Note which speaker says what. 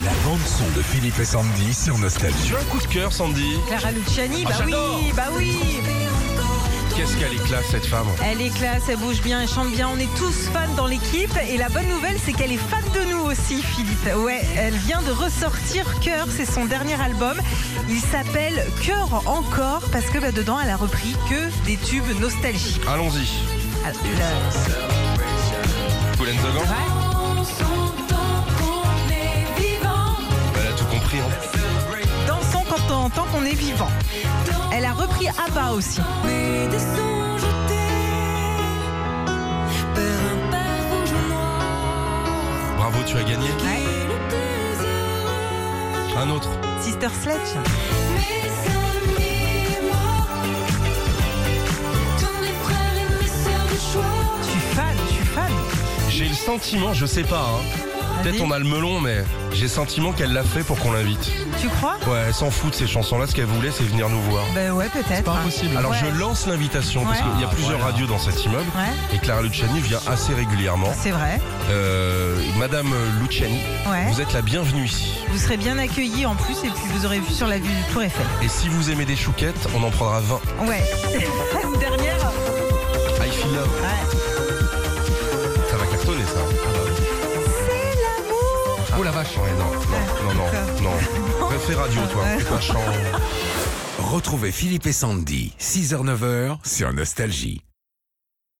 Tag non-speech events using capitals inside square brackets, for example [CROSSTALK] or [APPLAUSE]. Speaker 1: bande son de Philippe et Sandy sur Nostalgie.
Speaker 2: Tu as un coup de cœur, Sandy
Speaker 3: Clara Luciani,
Speaker 2: Ah,
Speaker 3: bah oui,
Speaker 2: j'adore.
Speaker 3: bah oui.
Speaker 2: Qu'est-ce qu'elle est classe, cette femme
Speaker 3: Elle est classe, elle bouge bien, elle chante bien. On est tous fans dans l'équipe. Et la bonne nouvelle, c'est qu'elle est fan de nous aussi, Philippe. Ouais, elle vient de ressortir Cœur. C'est son dernier album. Il s'appelle Cœur encore parce que bah, dedans, elle a repris que des tubes nostalgiques.
Speaker 2: Allons-y.
Speaker 3: Ah, la-
Speaker 2: Cool and the
Speaker 3: euh,
Speaker 2: Gang Elle a tout compris. hein.
Speaker 3: Dansons quand on entend qu'on est vivant. Elle a repris Abba aussi.
Speaker 2: Bravo, tu as gagné. Un autre.
Speaker 3: Sister Sledge. Je suis fan, je suis fan.
Speaker 2: J'ai le sentiment, je sais pas, hein. peut-être
Speaker 3: Vas-y.
Speaker 2: on a le melon, mais j'ai le sentiment qu'elle l'a fait pour qu'on l'invite.
Speaker 3: Tu crois
Speaker 2: Ouais, elle s'en fout de ces chansons-là, ce qu'elle voulait, c'est venir nous voir.
Speaker 3: Ben ouais, peut-être.
Speaker 2: Alors
Speaker 3: Ouais.
Speaker 2: je lance l'invitation, parce
Speaker 3: Ouais.
Speaker 2: qu'il y a plusieurs radios dans cet immeuble,
Speaker 3: Ouais,
Speaker 2: et Clara Luciani vient assez régulièrement.
Speaker 3: c'est vrai.
Speaker 2: Euh, Madame Luciani,
Speaker 3: Ouais.
Speaker 2: vous êtes la bienvenue ici.
Speaker 3: Vous serez bien accueillis en plus et puis vous aurez vu sur la vue du Tour Eiffel.
Speaker 2: Et si vous aimez des chouquettes, on en prendra 20.
Speaker 3: Ouais. Une [LAUGHS] dernière.
Speaker 2: I feel love.
Speaker 3: Ouais.
Speaker 2: Ça va cartonner ça. Ah bah Oh la vache, ouais, non, non, non, non, non. [LAUGHS] Fais- Fais radio toi,
Speaker 3: Ouais.
Speaker 2: fais pas chant.
Speaker 1: Retrouvez Philippe et Sandy, 6h-9h sur Nostalgie.